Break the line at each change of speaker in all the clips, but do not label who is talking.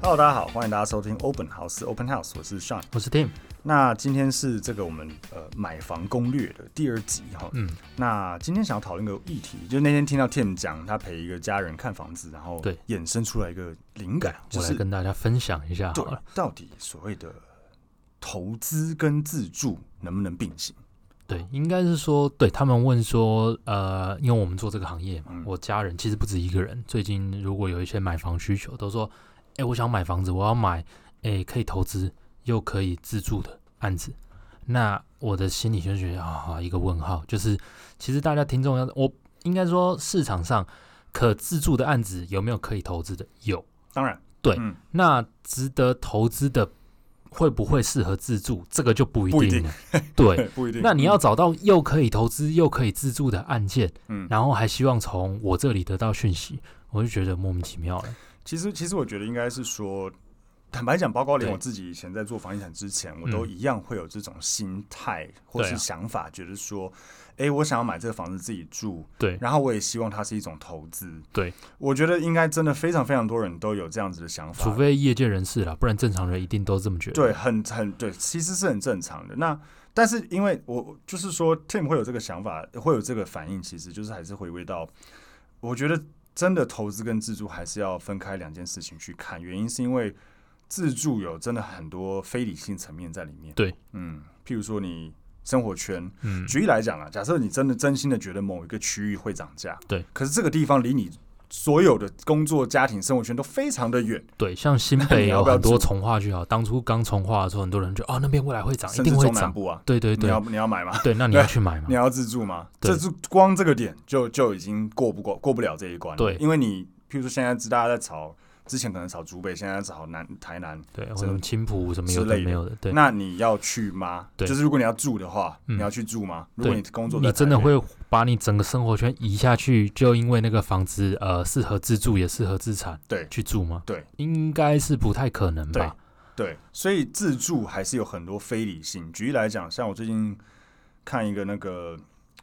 Hello，大家好，欢迎大家收听 Open House Open House，我是 Sean。
我是 Tim，
那今天是这个我们呃买房攻略的第二集哈。
嗯，
那今天想要讨论一个议题，就是那天听到 Tim 讲他陪一个家人看房子，然后
对
衍生出来一个灵感，就
我来
是
跟大家分享一下好
对
了。
到底所谓的投资跟自住能不能并行？
对，应该是说，对他们问说，呃，因为我们做这个行业嘛，
嗯
我家人其实不止一个人，最近如果有一些买房需求，都说，哎、我想买房子，我要买，哎、可以投资又可以自住的案子。那我的心里就觉得啊，一个问号，就是其实大家听众要，我应该说市场上可自住的案子有没有可以投资的？有，
当然，
对
嗯，
那值得投资的会不会适合自住，这个就不一
不一
定了。 对，
不一定。
那你要找到又可以投资又可以自住的案件，
嗯，
然后还希望从我这里得到讯息，我就觉得莫名其妙 了。
其实，其实我觉得应该是说，坦白讲，包括连
对嗯
我自己以前在做房地产之前，我都一样会有这种心态或
对啊
是想法，觉得说，哎、我想要买这个房子自己住，
对
然后我也希望它是一种投资。
对，
我觉得应该真的非常非常多人都有这样子的想法，
除非业界人士啦，不然正常人一定都这么觉得。
对，很很对，其实是很正常的。那但是因为我就是说，Tim 会有这个想法，会有这个反应，其实就是还是回归到，我觉得真的投资跟自住还是要分开两件事情去看。原因是因为自住有真的很多非理性层面在里面。
对，
嗯，譬如说你生活圈，
嗯，
举例来讲啊，假设你真的真心的觉得某一个区域会涨价，
对，
可是这个地方离你所有的工作、家庭、生活圈都非常的远，
对，像新
那 你
北
要
有
不要
很多
住
从化区啊，当初刚从化的时候，很多人就哦那边未来会涨，一
甚至
定会
中南
涨。
部啊，
对对
你
对
要你要买吗？
对，那你要去买嘛
你？要自住吗？
对
这是光这个点就就已经过不过过不了这一关了。
对
因为你譬如说现在知大家在炒，之前可能炒竹北，现在炒南台南，
对，或
这
者
个
什么青浦什么
之
有的
类的
没有的，对，
那你要去吗？
对
就是如果你要住的话，
嗯
你要去住吗？如果你工作在
你真的
台北，
会把你整个生活圈移下去，就因为那个房子呃适合自住也适合自产，
对
去住吗？
对，
应该是不太可能吧？
对，所以自住还是有很多非理性。举例来讲，像我最近看一个那个。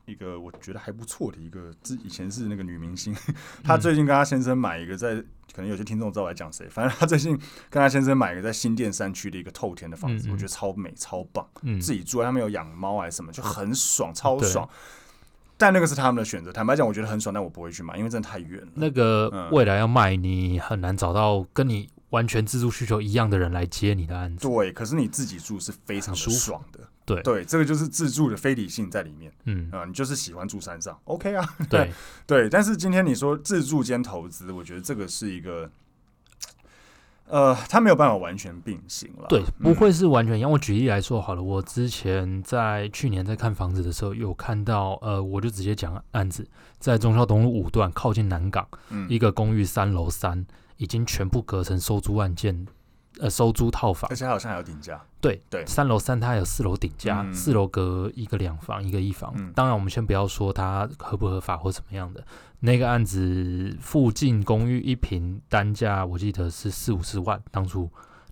一个我觉得还不错的一个，之以前是那个女明星，
嗯
她最近跟她先生买一个在，可能有些听众知道我在讲谁，反正她最近跟她先生买一个在新店山区的一个透天的房子，
嗯嗯
我觉得超美超棒，
嗯，
自己住，他们有养猫还是什么，就很爽，超
对
爽。但那个是他们的选择，坦白讲，我觉得很爽，但我不会去买，因为真的太远了。
那个
嗯
未来要卖，你很难找到跟你完全自住需求一样的人来接你的案子。
对，可是你自己住是非常的
很舒服
爽的。
对
对，这个就是自住的非理性在里面
嗯，
啊、你就是喜欢住山上，OK 啊。
对，
对，但是今天你说自住兼投资，我觉得这个是一个，呃，它没有办法完全并行了。
对，
嗯
不会是完全一样。我举例来说好了，我之前在去年在看房子的时候，有看到呃，我就直接讲案子，在忠孝东路五段靠近南港。
嗯
一个公寓三楼三已经全部隔成收租案件，呃，收租套房
而。且它好像还有顶价，
对
对
三楼三它有四楼顶加，
嗯
四楼隔一个两房，一个一房。
嗯
当然，我们先不要说它合不合法或怎么样的。那个案子附近公寓一平单价我记得是四五十万，当初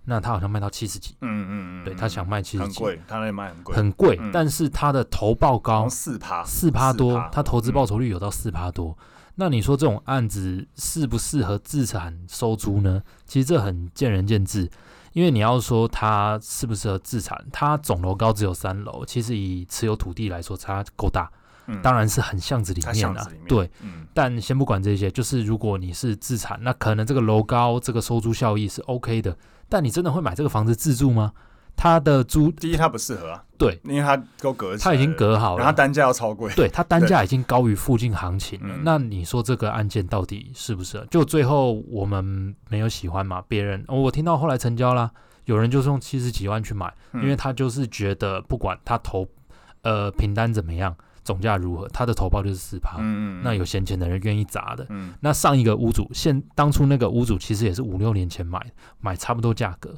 那他好像卖到七十几，
嗯嗯嗯，
对他想卖七十
很
几，
贵，他那里卖很贵，
很贵，
嗯
但是他的投报
好
高
像，四趴，嗯
四趴多
4%，
它投资报酬率有到四趴多。那你说这种案子适不适合自产收租呢？其实这很见仁见智，因为你要说它适不适合自产，它总楼高只有三楼，其实以持有土地来说差够大，
嗯
当然是很巷子里
它
面
巷
了、
子里面
对，
嗯
但先不管这些，就是如果你是自产，那可能这个楼高这个收租效益是 OK 的，但你真的会买这个房子自住吗？它的租
第一它不适合啊，
对，
因为它都隔起来
它
了，
已经隔好了，
然后单价要超贵，
对，它单价已经高于附近行情了
嗯。
那你说这个案件到底是不是？就最后我们没有喜欢嘛？别人、哦我听到后来成交啦，有人就是用七十几万去买，
嗯
因为他就是觉得不管他投呃平单怎么样，总价如何，他的投报就是四趴。
嗯嗯，
那有闲钱的人愿意砸的。
嗯
那上一个屋主，现当初那个屋主其实也是五六年前买，买差不多价格，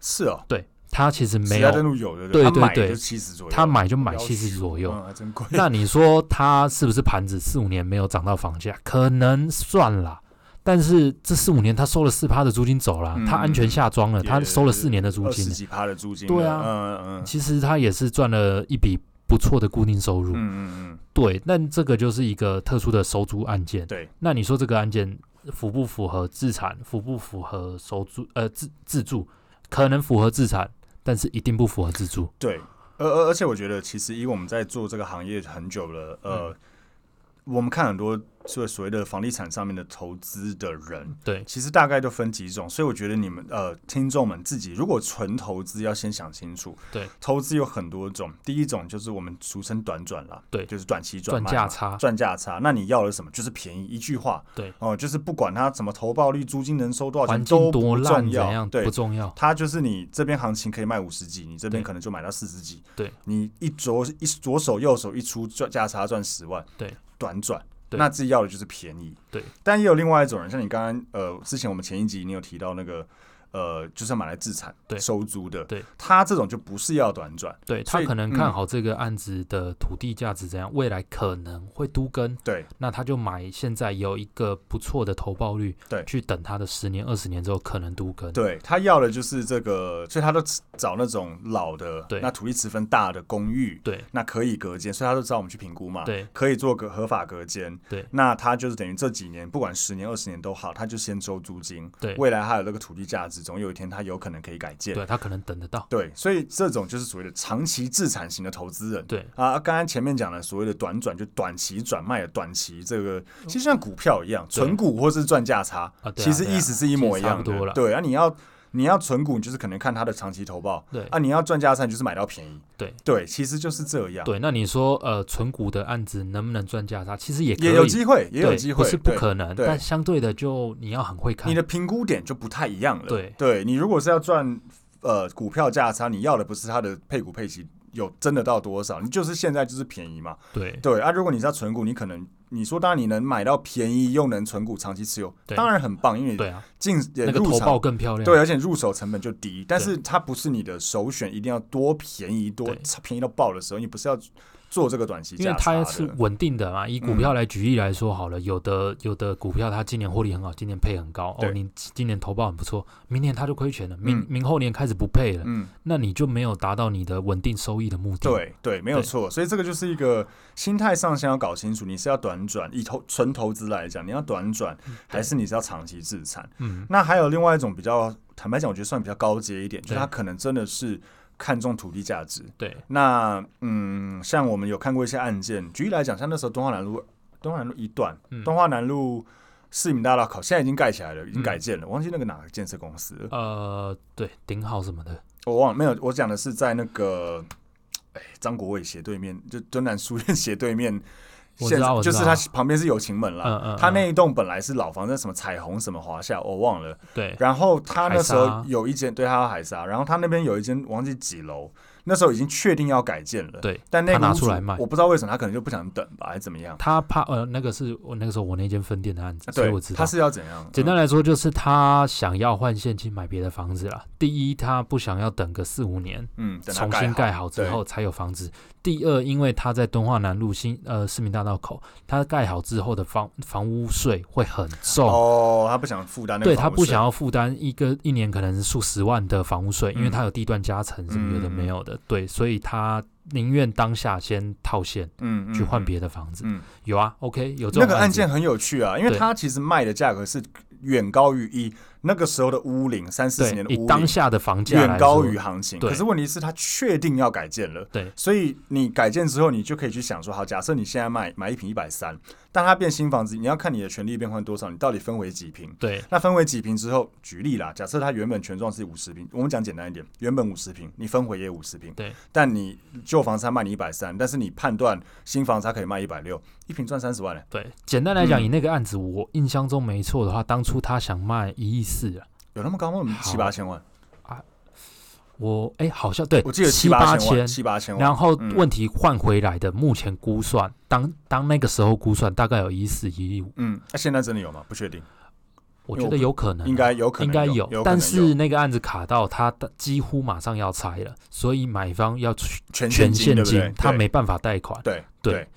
是哦，
他其实没
其他登
有，
录有的，
对
他
对
买
对
就七十左右，
他买就买
要
七十
求
左右。
嗯，还真贵，
那你说他是不是盘子四五年没有涨到房价？可能算啦，但是这四五年他收了四趴的租金走了，
嗯
他安全下庄了，
也
他收了四年的租
二
金
十，几趴的租金了，
对啊
嗯嗯
其实他也是赚了一笔不错的固定收入。
嗯嗯嗯嗯，
对，那这个就是一个特殊的收租案件。
对，
那你说这个案件符不符合自产，符不符合收租呃自自住，可能符合自产，但是一定不符合自住。
对，而而而且我觉得，其实因为我们在做这个行业很久了，
嗯
呃，我们看很多所所谓的房地产上面的投资的人，
对，
其实大概都分几种，所以我觉得你们呃听众们自己如果纯投资，要先想清楚。
对，
投资有很多种，第一种就是我们俗称短转啦，
对
就是短期转
赚
卖
价
嘛
差，
赚价差，那你要的是什么？就是便宜，一句话，
对
哦、就是不管它怎么投报率、租金能收多少
环
钱
境
都
多
不
烂
重
怎
要，
样
对
不，重要，
它就是你这边行情可以卖五十几，你这边
对
可能就买到四十几。
对，
你一左一左手右手一出赚价差赚十万，
对，
短转。
对
那自己要的就是便宜。
对，
但也有另外一种人，像你刚刚呃，之前我们前一集你有提到那个呃，就是要买来自产、
对
收租的，
对，
他这种就不是要短转，
对
所
他
以
可能
嗯
看好这个案子的土地价值怎样，未来可能会都跟，
对
那他就买现在有一个不错的投报率，
对
去等他的十年、二十年之后可能都跟，
对，他要的就是这个，所以他都找那种老的，
对
那土地持分大的公寓，
对
那可以隔间，所以他都知道我们去评估嘛，
对
可以做个合法隔间。
对
那他就是等于这几年，不管十年、二十年都好，他就先收租金。
对
未来他有那个土地价值，总有一天他有可能可以改建。
对，他可能等得到，
对所以这种就是所谓的长期自产型的投资人。
对
啊，刚刚前面讲的所谓的短转，就短期转卖的短期，这个其实像股票一样，存股或是赚价差，
啊对啊
其实
对啊
意思是一模一样
其实差不多啦
的。对啊，你要你要存股，你就是可能看它的长期投报；
对
啊，你要赚价差，你就是买到便宜。
对
对，其实就是这样。
对，那你说呃，存股的案子能不能赚价差？其实也可以，
也有机会，也有
对
机会，
不是不
对
可能，
对
但相对的就你要很会看
你，的评估点就不太一样了。
对
你如果是要赚呃股票价差，你要的不是它的配股配息有真的到多少，你就是现在就是便宜嘛。
对
对啊，如果你是要存股，你可能你说当然你能买到便宜又能存股长期持有，
对
当然很棒，因为
对啊，
进也
那个
入
投报
场。
更漂亮，
对，而啊且入手成本就低，但是它不是你的首选，一定要多便宜多
对
便宜到爆的时候，你不是要做这个短期
因为
价差
它是
的。嗯
稳定的嘛。以股票来举例来说好了，有的有的股票它今年获利很好，今年配很高，哦，
对
你今年投报很不错，明年它就亏钱了，明、
嗯
明后年开始不配了，
嗯，
那你就没有达到你的稳定收益的目的。，
对对，没有
对
错。所以这个就是一个心态上先要搞清楚，你是要短转，以投纯投资来讲，你要短转，还是你是要长期自产？
嗯，
那还有另外一种比较，坦白讲，我觉得算比较高阶一点，就是
对
他可能真的是看重土地价值。
对
那嗯，像我们有看过一些案件，举例来讲，像那时候东华南路，东华南路一段，
嗯
东华南路市民大道口现在已经盖起来了，已经
嗯
改建了，我忘记那个哪个建设公司了，
呃，对，顶好什么的，
我忘了，没有，我讲的是在那个，哎，张国伟斜对面，就敦南书院斜对面，
我知道我知
就
道
是它旁边是友情门啦。
嗯嗯
它
嗯
那一栋本来是老房子，什么彩虹什么华夏，我忘了。
对
然后他那时
海
候
沙
有一间，对，它有海沙。然后他那边有一间，忘记几楼，那时候已经确定要改建了。
对，
但那个
他拿
屋主
出来卖
我不知道为什么他可能就不想等吧，还是怎么样？
他怕呃，那个是我那个时候我那间分店的案子，所以
对
我知，道
他。是要怎样？
简单
嗯
来说，就是他想要换现金买别的房子啦。第一，他不想要等个四五年，
嗯，等它
重新
好
盖好之
对
后才有房子。第二，因为它在敦化南路新呃市民大道口，它盖好之后的房房屋税会很重，
哦，他不想负担那个
对
房
他
屋
不
税
想要负担一个一年可能是数十万的房屋税，因为
嗯
它有地段加成什么有的
嗯嗯嗯
没有的，对，所以他宁愿当下先套现
嗯
去换
嗯
别的房子。
嗯
有啊，OK，有这
那
种
个案
子
件很有趣啊，因为
对
它其实卖的价格是远高于一那个时候的屋龄三四十
对
年，的
以
屋
当
龄
下的房价
远
来
高
说，
于行情。
对
可是问题是，它确定要改建了，
对
所以你改建之后，你就可以去想说，好，假设你现在卖买一平一百三，但它变新房子，你要看你的权利变换多少，你到底分为几平？
对
那分为几平之后，举例啦，假设它原本权状是五十平，我们讲简单一点，原本五十平，你分回也五十平，
对，
但你旧房子它卖你一百三，但是你判断新房子它可以卖一百六，一平赚三十万嘞、
对。简单来讲，
嗯
以那个案子，我印象中没错的话，当初他想卖一亿四啊，
有那么高吗？七八千万，
我哎好像对，
我记得
七
八
千
万，，七八千万。
然后
嗯
问题换回来的，目前估算，当当那个时候估算大概有一四一五，
嗯，那、现在真的有吗？不确定，
我觉得有可能啊，
应该有可能
应该
有，可
但
能
是那个案子卡到他的几乎马上要拆了，所以买方要全
全
全
现金，
现
对不对
金，？他
对
没办法贷款。
对
对
对。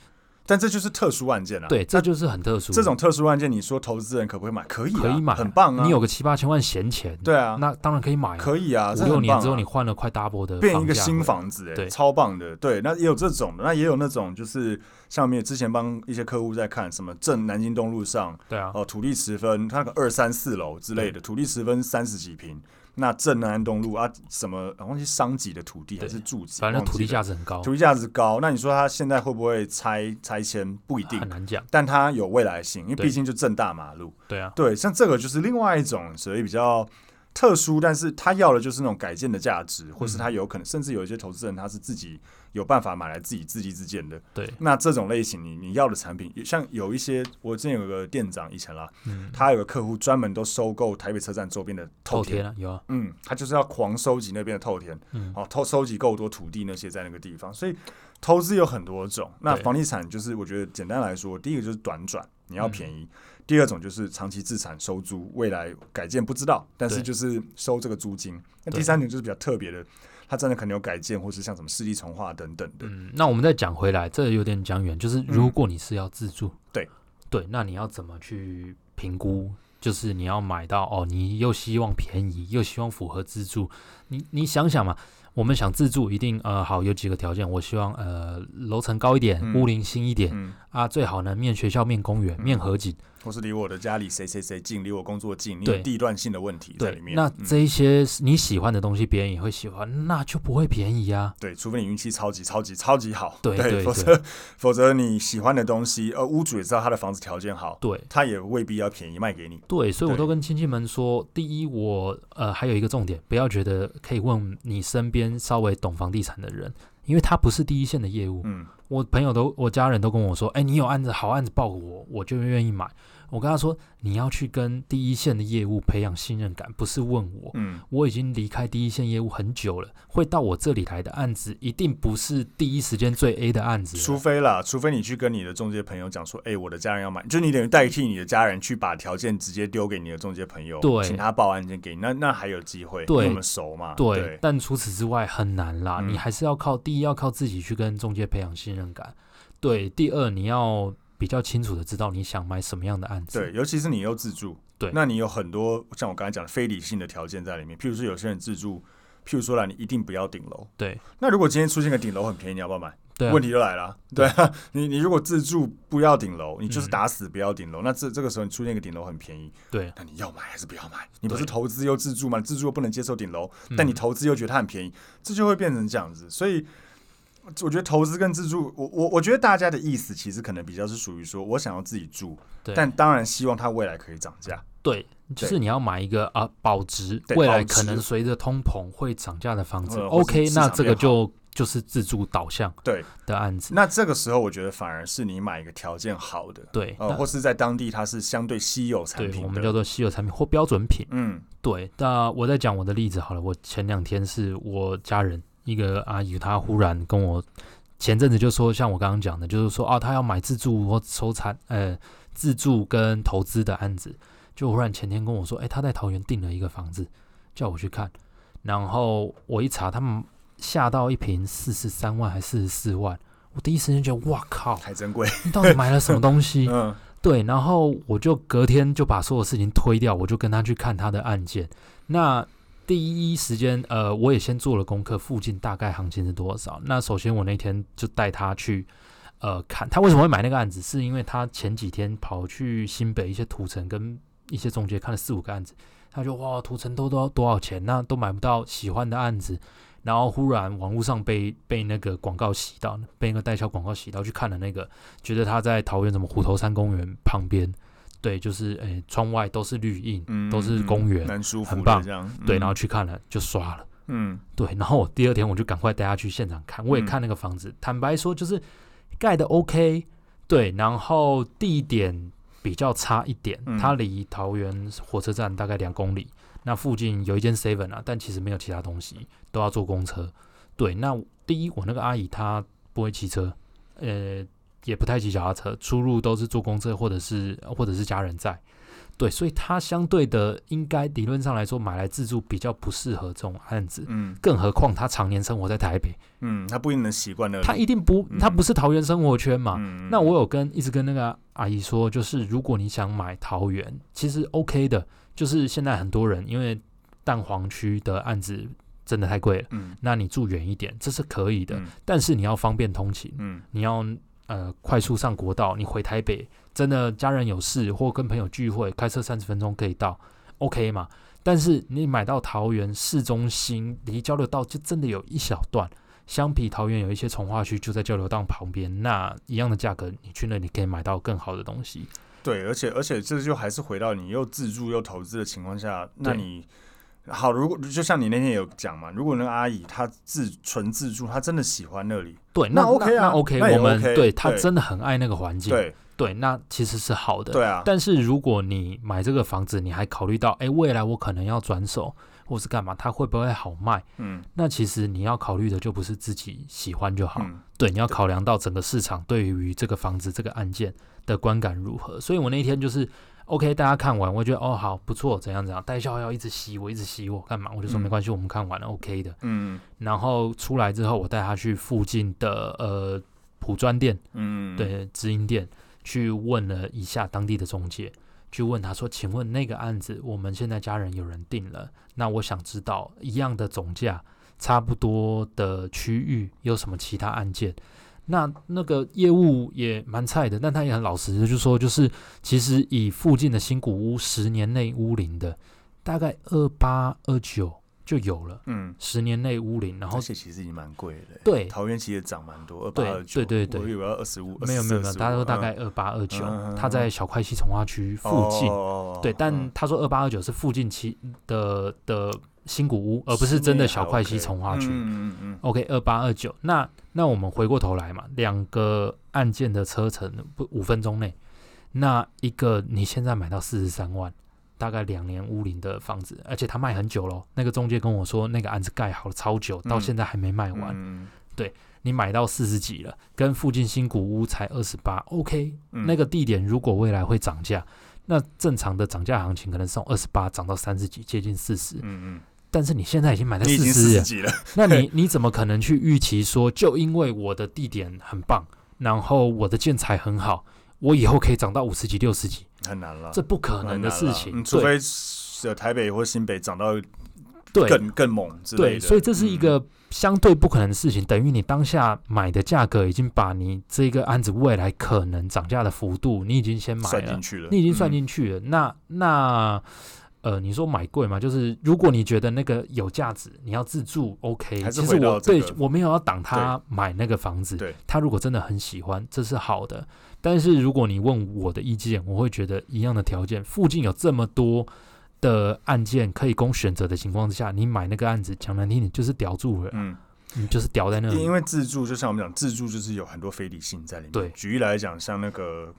但这就是特殊案件啊。
对，这就是很特殊。
这种特殊案件，你说投资人可不可以买？可以、啊，
可以买，
很棒啊。
你有个七八千万闲钱，
对啊，
那当然可以买啊。
可以啊，
五
这很
六
棒
年
啊
之后，你换了快 double 的，
变一个新，房子、欸，
对
超棒的。对，那也有这种的，那也有那种就是像面之前帮一些客户在看什么正南京东路上
对啊，
哦、土地十分，它可能二三四楼之类的，土地十分三十几平。那正南安东路啊，什么啊忘记商级的土地还
对
是住址，
反正
忘记
土地
了
价值很高，
土地价值高。那你说它现在会不会拆拆迁？不一定
很，难讲。
但它有未来性，因为
对
毕竟就正大马路。
对啊，
对，像这个就是另外一种，所以比较特殊，但是他要的就是那种改建的价值，或是
嗯
他有可能，甚至有一些投资人他是自己有办法买来自己自己自建的。
对，
那这种类型你，你要的产品，像有一些我之前有个店长以前啦，
嗯，
他有个客户专门都收购台北车站周边的
透
透
天
天。
啊，有啊，
嗯，他就是要狂收集那边的透天，
嗯
哦，偷收集够多土地那些在那个地方，所以投资有很多种。那
对
房地产就是我觉得简单来说，第一个就是短转，你要
嗯
便宜；第二种就是长期自产收租，未来改建不知道，但是
对
就是收这个租金。那
对
第三种就是比较特别的，它真的可能有改建，或是像什么湿地重化等等的。
嗯，那我们再讲回来，这有点讲远，就是如果你是要自住，
嗯对
对，那你要怎么去评估？就是你要买到哦，你又希望便宜，又希望符合自住，你你想想嘛，我们想自住一定呃好有几个条件，我希望呃楼层高一点，
嗯
屋龄新一点、
嗯，
啊，最好呢面学校、面公园、面河景，
或是离我的家里谁谁谁近，离我工作近，你有
对
地段性的问题在
对
里，面。
那
嗯
这一些是你喜欢的东西，别人也会喜欢，那就不会便宜啊。
对，除非你运气超级超级超级好，
对对
否
对
则 否则你喜欢的东西，呃，屋主也知道他的房子条件好，
对
他也未必要便宜卖给你。
对，所以我
对
都跟亲戚们说，第一，我呃还有一个重点，不要觉得可以问你身边稍微懂房地产的人，因为他不是第一线的业务。
嗯，
我朋友都，我家人都跟我说，哎，你有案子好案子报给我，我就愿意买。我跟他说，你要去跟第一线的业务培养信任感，不是问我。
嗯，
我已经离开第一线业务很久了，会到我这里来的案子，一定不是第一时间最 A 的案子了。
除非啦，除非你去跟你的中介朋友讲说，哎、我的家人要买，就你等于代替你的家人去把条件直接丢给你的中介朋友，
对
请他报案件给你，那那还有机会，
对
因为我们熟嘛，
对，
对，
但除此之外很难啦，
嗯
你还是要靠第一要靠自己去跟中介培养信任感，对，第二你要比较清楚的知道你想买什么样的案子，
对，尤其是你又自助，
对
那你有很多像我刚才讲的非理性的条件在里面，譬如说有些人自助，譬如说啦，你一定不要顶楼，
对
那如果今天出现个顶楼很便宜，你要不要买？
对嗯啊
问题就来了，对啊，你你如果自住不要顶楼，你就是打死不要顶楼，那这这个时候你出现一个顶楼很便宜，
对，
那你要买还是不要买？你不
对
是投资又自住吗？自住又不能接受顶楼，但你
嗯
投资又觉得它很便宜，这就会变成这样子。所以我觉得投资跟自住，我我我觉得大家的意思其实可能比较是属于说我想要自己住，
对
但当然希望它未来可以涨价。
对，就是你要买一个啊保值，
对
未来
保值
可能随着通膨会涨价的房子
呃或是
，OK，
市
那
场
这个
变好
就就是自住导向
对，
的案子，
那这个时候我觉得反而是你买一个条件好的，
对，
呃，
那
或是在当地它是相对稀有产
对，
品
我们叫
的，
做稀有产品或标准品。
嗯
对，那我再讲我的例子好了。我前两天是我家人一个阿姨，她忽然跟我前阵子就说，像我刚刚讲的，就是说啊，她要买自住或收产，呃，自住跟投资的案子，就忽然前天跟我说，哎、她在桃园订了一个房子，叫我去看，然后我一查，他们下到一平四十三万还四十四万，我第一时间觉得，哇靠，
还珍贵，
你到底买了什么东西？
嗯。
对，然后我就隔天就把所有事情推掉，我就跟他去看他的案件。那第一时间，呃，我也先做了功课，附近大概行情是多少。那首先我那天就带他去，呃，看他为什么会买那个案子，是因为他前几天跑去新北一些土城跟一些中介看了四五个案子，他就哇，土城都多多少钱，那都买不到喜欢的案子。然后忽然网络上被被那个广告洗到，被那个代销广告洗到，去看了那个觉得他在桃园什么虎头山公园旁边，对，就是诶、窗外都是绿荫，
嗯
都是公园
蛮舒服
很
的
棒
这样。
对，
嗯
然后去看了就刷了，
嗯，
对，然后我第二天我就赶快带他去现场看，我也
嗯
看那个房子，坦白说就是盖的 OK，对，然后地点比较差一点，
嗯
它离桃园火车站大概两公里，那附近有一间 Seven 啊，但其实没有其他东西，都要坐公车，对，那第一我那个阿姨她不会骑车，呃，也不太骑脚踏车，出入都是坐公车或者是或者是家人在。对，所以它相对的应该理论上来说买来自住比较不适合这种案子，
嗯
更何况他常年生活在台北，
嗯，他不一定能习惯那里。
他一定不
嗯
他不是桃园生活圈嘛。
嗯，
那我有跟一直跟那个阿姨说，就是如果你想买桃园，其实 OK 的，就是现在很多人因为蛋黄区的案子真的太贵了，
嗯
那你住远一点这是可以的，
嗯
但是你要方便通勤，
嗯
你要呃快速上国道，你回台北，真的家人有事或跟朋友聚会，开车三十分钟可以到，OK 嘛？但是你买到桃园市中心离交流道就真的有一小段，相比桃园有一些从化区就在交流道旁边，那一样的价格，你去那里可以买到更好的东西。
对，而且而且这就还是回到你又自住又投资的情况下，那
对
你好，如果就像你那天也有讲嘛，如果那个阿姨她自纯自住，她真的喜欢那里，
对，
那
那
OK 啊
那 OK，
那也
我们
OK，
对他
对
真的很爱那个环境，
对
对，那其实是好的。
对啊，
但是如果你买这个房子，你还考虑到，哎，未来我可能要转手或是干嘛，它会不会好卖？
嗯
那其实你要考虑的就不是自己喜欢就好，
嗯
对，你要考量到整个市场对于这个房子这个案件的观感如何。所以我那天就是，OK，大家看完，我觉得哦好不错，怎样怎样，代销要一直吸我，一直吸我干嘛？我就说
嗯
没关系，我们看完了 OK 的。
嗯
然后出来之后，我带他去附近的呃普专店，
嗯，
对直营店去问了一下当地的中介，去问他说：“请问那个案子，我们现在家人有人定了，那我想知道一样的总价，差不多的区域有什么其他案件？”那那个业务也蛮菜的，但他也很老实，就说就是其实以附近的新古屋十年内屋龄的，大概二八二九就有了，
嗯。
十年内屋龄，然后
而且其实已经蛮贵的、
对
桃园其实也涨蛮多，二八
对
二九，
对对对
我以为要二十五，啊
没有没有没有，大家都大概二八二九
嗯嗯嗯，嗯
他在小块溪从化区附
哦
近，对，但他说二八二九是附近其的的新古屋，而不是真的小块溪从化
区，
区。
嗯嗯嗯
OK，二八二九，那那我们回过头来嘛，两个案件的车程不五分钟内，那一个你现在买到四十三万，大概两年屋龄的房子，而且他卖很久咯，那个中介跟我说，那个案子盖好了超久，到
嗯
现在还没卖
嗯，
完。
嗯
你买到四十几了，跟附近新古屋才二十八，OK，
嗯
那个地点如果未来会涨价，那正常的涨价行情可能是从二十八涨到三十几，接近四十。
嗯嗯，
但是你现在已经买在
你已
四
经四
十
十，几了，
那 你你怎么可能去预期说，就因为我的地点很棒，然后我的建材很好，我以后可以涨到五十几、六十几？
很难了，
这不可
很难
能的
了
事情。
嗯除
对
非呃台北或新北涨到
对
更更猛之类
对，
的，
所以这是一
嗯
个相对不可能的事情，等于你当下买的价格已经把你这个案子未来可能涨价的幅度，你已经先买
算
了
进，去了，
你已经算
嗯
进去了。那那呃，你说买贵嘛？就是如果你觉得那个有价值，你要自住，OK。
还是
其实
回到
我
这
对
个
我没有要挡他买那个房子
对，
他如果真的很喜欢，这是好的。但是如果你问我的意见，我会觉得一样的条件，附近有这么多。的案件可以供选择的情况之下，你买那个案子，讲难听点就是屌住了，
嗯，
你就是屌在那里
因。为自助就像我们讲，自助就是有很多非理性在里面。
对
举例来讲，像那个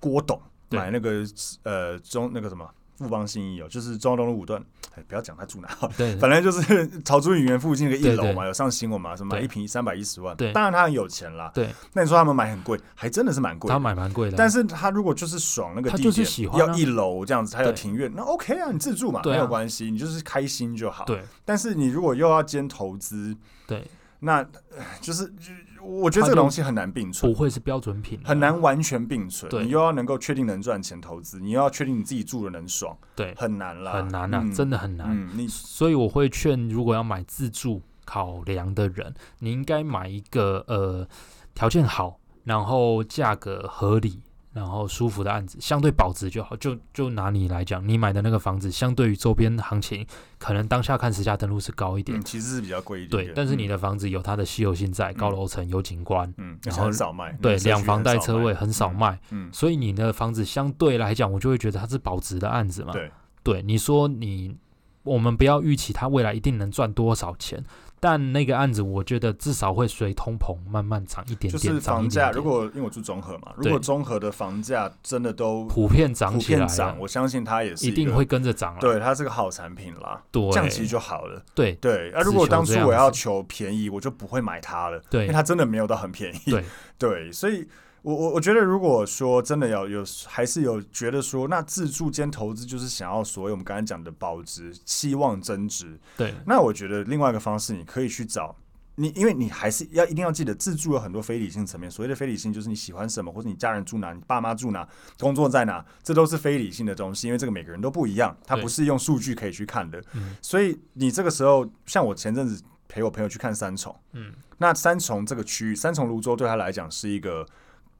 郭董
对
买那个呃中那个什么富邦信义哦，就是中央东路五段，哎，不要讲他住哪好了，
对，
反正就是 草竹影园附近那个一
对
楼
对
嘛，有上新闻嘛，什么买
对
一平三百一十万，
对
当然他很有钱啦，
对。
那你说他们买很贵，还真的是蛮贵的，
他买蛮贵的啊，
但是他如果就是爽那个
他
地
就
点，
是喜欢啊
要一楼这样子，他有
对
庭院，那 OK 啊，你自住嘛，
对啊
没有关系，你就是开心就好。
对
但是你如果又要兼投资，
对，
那呃就是就我觉得这
他
个
就
东西很难并
不
存，
会是标准品啊，
很难完全并存。
对
你又要能够确定能赚钱投资，你又要确定你自己住的能爽，
对
很难啦，
很难啊，真
的
的很难。
嗯，你
所以我会劝，如果要买自住考量的人，你应该买一个呃条件好，然后价格合理，然后舒服的案子，相对保值就好。就就拿你来讲，你买的那个房子，相对于周边行情，可能当下看实价登录是高一点，
嗯其实是比较贵一点嗯
对
点，，
但是你
的
的房子有它的稀有性在，高楼层有景观，
嗯，
然
然
后
后很少卖，那
对，
个社区
两房带车位
很
很少
嗯
卖，
少卖，嗯，
所以你的房子相对来讲，我就会觉得它是保值的案子嘛。
对，
对，你说你，我们不要预期它未来一定能赚多少钱，但那个案子我觉得至少会随通膨慢慢涨一点
就
点，
是
涨
房
一点
价，
点。
如果因为我住中和嘛，如
对
果中和的房价真的都
普遍涨
普
起来
遍
了
涨，，我相信它也是
一
个
定会跟着涨了。
对，它是个好产品啦，
对，
降级就好了。
对
对，那、
只
如果
求
当
这
初
样
我要
子
求便宜，我就不会买它了，因为
对
它真的没有到很便宜。
对
对所以我我我觉得，如果说真的要有，还是有觉得说，那自助兼投资就是想要所谓我们刚才讲的保值、期望增值。
对，
那我觉得另外一个方式，你可以去找你，因为你还是要一定要记得，自助有很多非理性层面。所谓的非理性，就是你喜欢什么，或者你家人住哪，你爸妈住哪，工作在哪，这都是非理性的东西。因为这个每个人都不一样，它
对
不是用数据可以去看的
嗯。
所以你这个时候，像我前阵子陪我朋友去看三重，
嗯，
那三重这个区域，三重泸州对他来讲是一个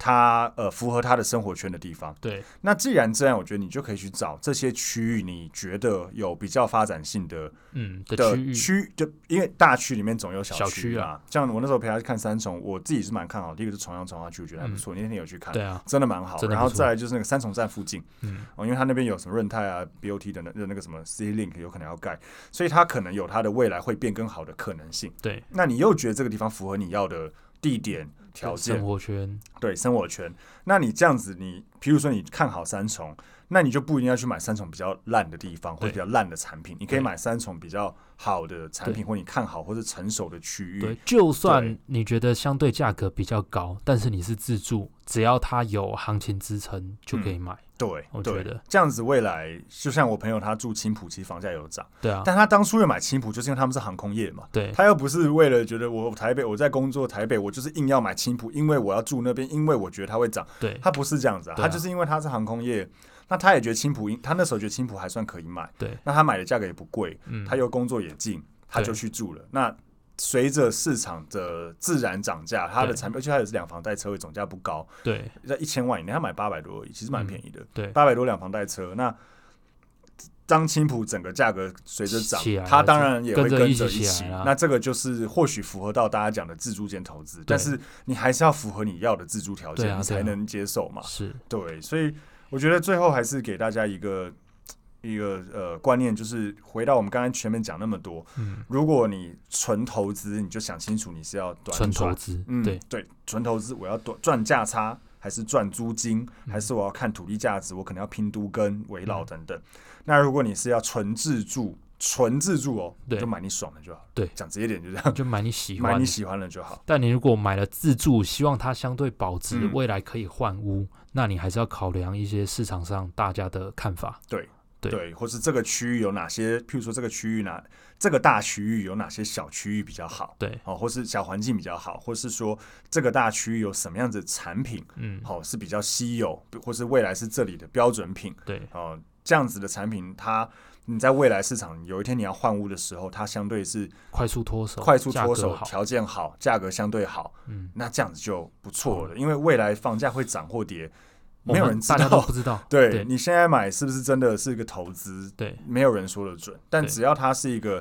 他呃符合他的生活圈的地方。
对，
那既然这样，我觉得你就可以去找这些区域，你觉得有比较发展性的
嗯的
的
区域，
区，就因为大区里面总有
小
小
区啊
区嘛。像我那时候陪他去看三重，我自己是蛮看好。第一个是重阳重华区，我觉得还不错，你那天有去看。
嗯对啊，
真的蛮好，
真的不
然后
错
再来就是那个三重站附近，
嗯，
哦，因为它那边有什么润泰啊、BOT 的那那个什么 C Link 有可能要盖，所以它可能有它的未来会变更好的可能性。
对，
那你又觉得这个地方符合你要的地点条
生
件，
活圈，
对生活圈，那你这样子你，譬如说你看好三重，那你就不一定要去买三重比较烂的地方或
对
者比较烂的产品，你可以
对
买三重比较好的产品，或你看好或者成熟的区
对
域。，
就算你觉得相对价格比较高，但是你是自住，只要它有行情支撑就可以买。
对
我觉
对
得
这样子未来，就像我朋友他住青浦，其实房价有涨，
对啊，
但他当初要买青浦，就是因为他们是航空业嘛。
对
他又不是为了觉得我台北我在工作台北，我就是硬要买青浦，因为我要住那边，因为我觉得它会涨。
对
他不是这样子、啊，
对啊
他就是因为他是航空业，那他也觉得青浦，他那时候觉得青浦还算可以买，
对，
那他买的价格也不贵，
嗯，
他又工作也近，他就去住了。那随着市场的自然涨价，他的
对
产品，而且他也是两房带车位，总价不高，
对
在一千万以内，他买八百多而已，其实蛮便宜的，
对
八百多两房带车，那。当青浦整个价格随着涨
起来，了
它当然也会
跟着
跟着
一
一
起
起。
起来了
那这个就是或许符合到大家讲的自助间投资，但是你还是要符合你要的自助条
对
件，
啊
你
对
才
啊
能接受嘛。
是，
对，所以我觉得最后还是给大家一个一个呃观念，就是回到我们刚才前面讲那么多，
嗯，
如果你纯投资，你就想清楚你是要短
纯投
短
资，
嗯，
对
对，纯投资我要短赚价差，还是赚租金，
嗯
还是我要看土地价值，我可能要拼都跟围绕等等。那如果你是要纯自住，纯自住哦，
对
就买你爽的就好。
对
讲直接点就这样，
就买你喜
买
欢
你
的。
喜欢的就好。
但你如果买了自住，希望它相对保值，
嗯
未来可以换屋，那你还是要考量一些市场上大家的看法。对
对，或是这个区域有哪些，譬如说这个区域哪这个大区域有哪些小区域比较好，
对，
哦，或是小环境比较好，或是说这个大区域有什么样子的产品，
嗯，
好、是比较稀有，或是未来是这里的标准品，
对
哦，这样子的产品，它你在未来市场有一天你要换屋的时候，它相对是
快速脱手，
快速
哦价
脱
格
手，
好
条件好，价格相对好，
嗯，
那这样子就不
好
错了，
了
因为未来房价会涨或跌，没
哦我
有
们
人知
大家都
道
不。知道。
对
对
你现在买是不是真的是一个投资？
对，
没有人说得准，但
对
只要它是一个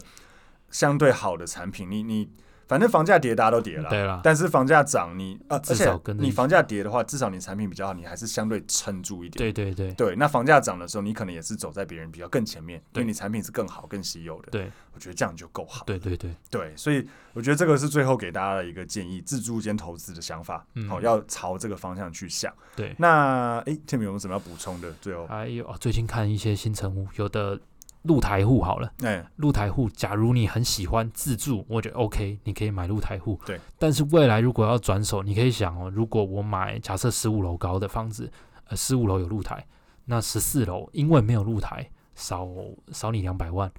相对好的产品，你你反正房价跌大家都跌了，啊
对啦，
但是房价涨你呃，
至
而
少
且
跟着一
你
起
房价跌的话，至少你产品比较好，你还是相对撑住一点。
对对对
对，那房价涨的时候，你可能也是走在别人比较更前面，因
对
为你产品是更好、更稀有的。
对
我觉得这样就够好。
对对对，
对，所以我觉得这个是最后给大家的一个建议，自助间投资的想法，好、
嗯
要朝这个方向去想。
对。
那诶 t i m 有没有什么要补充的？最后，
还有哦，最近看一些新成屋，有的露台户好了，
哎、
露台户，假如你很喜欢自住，我觉得 OK，你可以买露台户。
对，
但是未来如果要转手，你可以想哦，如果我买假设十五楼高的房子，呃，十五楼有露台，那十四楼因为没有露台，少少你两百万。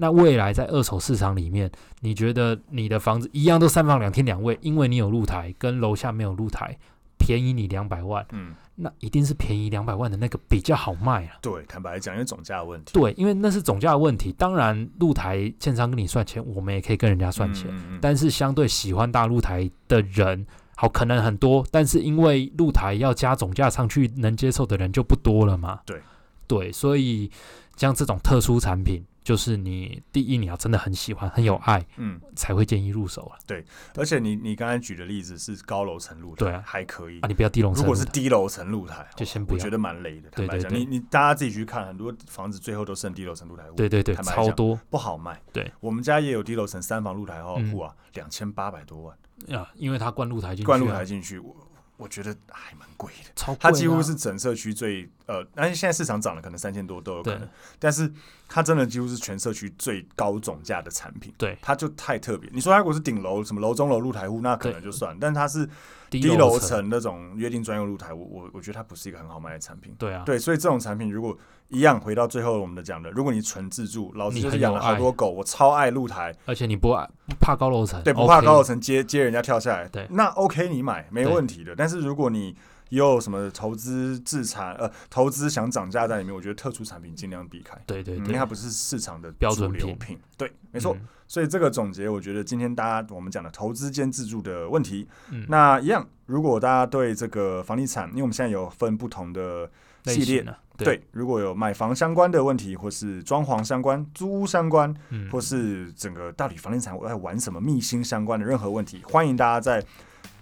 那未来在二手市场里面，你觉得你的房子一样都三房两厅两卫，因为你有露台，跟楼下没有露台，便宜你两百万，
嗯，
那一定是便宜两百万的那个比较好卖啊。
对，坦白讲，因为总价的问题，
对，因为那是总价的问题。当然，露台建商跟你算钱，我们也可以跟人家算钱。
嗯嗯嗯
但是相对喜欢大露台的人，好可能很多，但是因为露台要加总价上去，能接受的人就不多了嘛。
对
对，所以像这种特殊产品，就是你第一你要真的很喜欢，很有爱，
嗯，
才会建议入手啊了
而且你你刚才举的例子是高楼层露台，
对啊
还可以
啊。。你不要低龙
如
层
果
露
是
台，
低楼层露台，
就先不
我
要
觉得蛮累的。坦白
对对
讲，
对
你你大家自己去看，很多房子最后都剩低楼层露台户。
对对对，
坦白
超
讲
多
不好卖。
对，
我们家也有低楼层三房露台后
嗯
户啊，两千八百多万
啊，因为他灌露台进去、啊，
灌露台进去，我我觉得还蛮贵的。
超贵、啊，
它几乎是整社区最呃，但是现在市场涨了，可能三千多都有可能
对。
但是它真的几乎是全社区最高总价的产品，
对
它就太特别。你说它如果是顶楼，什么楼中楼露台户，那可能就算，但它是
低
低楼
层，
层那种约定专用露台户，我我觉得它不是一个很好卖的产品。
对啊，
对，所以这种产品如果一样回到最后我们的讲的，如果你纯自助，老子
你
就
很
是养
有
了好
爱
多狗，我超爱露台，
而且你不爱不怕高楼层，
对，不怕
OK
高楼层接接人家跳下来，
对
那 OK 你买没
对
问题的。但是如果你也有什么投资自产呃投资想涨价在里面，我觉得特殊产品尽量避开，
对对
嗯因
对，
为它不是市场的
标准
主流
品
品。对，没错。
嗯
所以这个总结，我觉得今天大家我们讲的投资兼自住的问题，
嗯
那一样，如果大家对这个房地产，因为我们现在有分不同的
类
系列
型。啊，
对，，如果有买房相关的问题，或是装潢相关、租屋相关，
嗯，
或是整个到底房地产我在玩什么秘辛相关的任何问题，欢迎大家在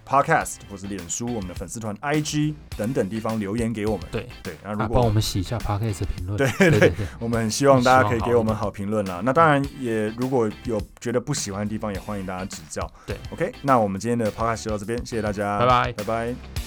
Podcast 或是脸书、我们的粉丝团、IG 等等地方留言给我们。
对
对，那
啊，
如
帮我
果
们洗一下 p a c k a g e 评论，
对
对对对，
我们很希望大家可以
希望好
给我们好评论啊啦。那当然也如果有觉得不喜欢的地方，也欢迎大家指教。
对
，OK，那我们今天的 Podcast 就到这边，谢谢大家，
拜拜。
拜拜。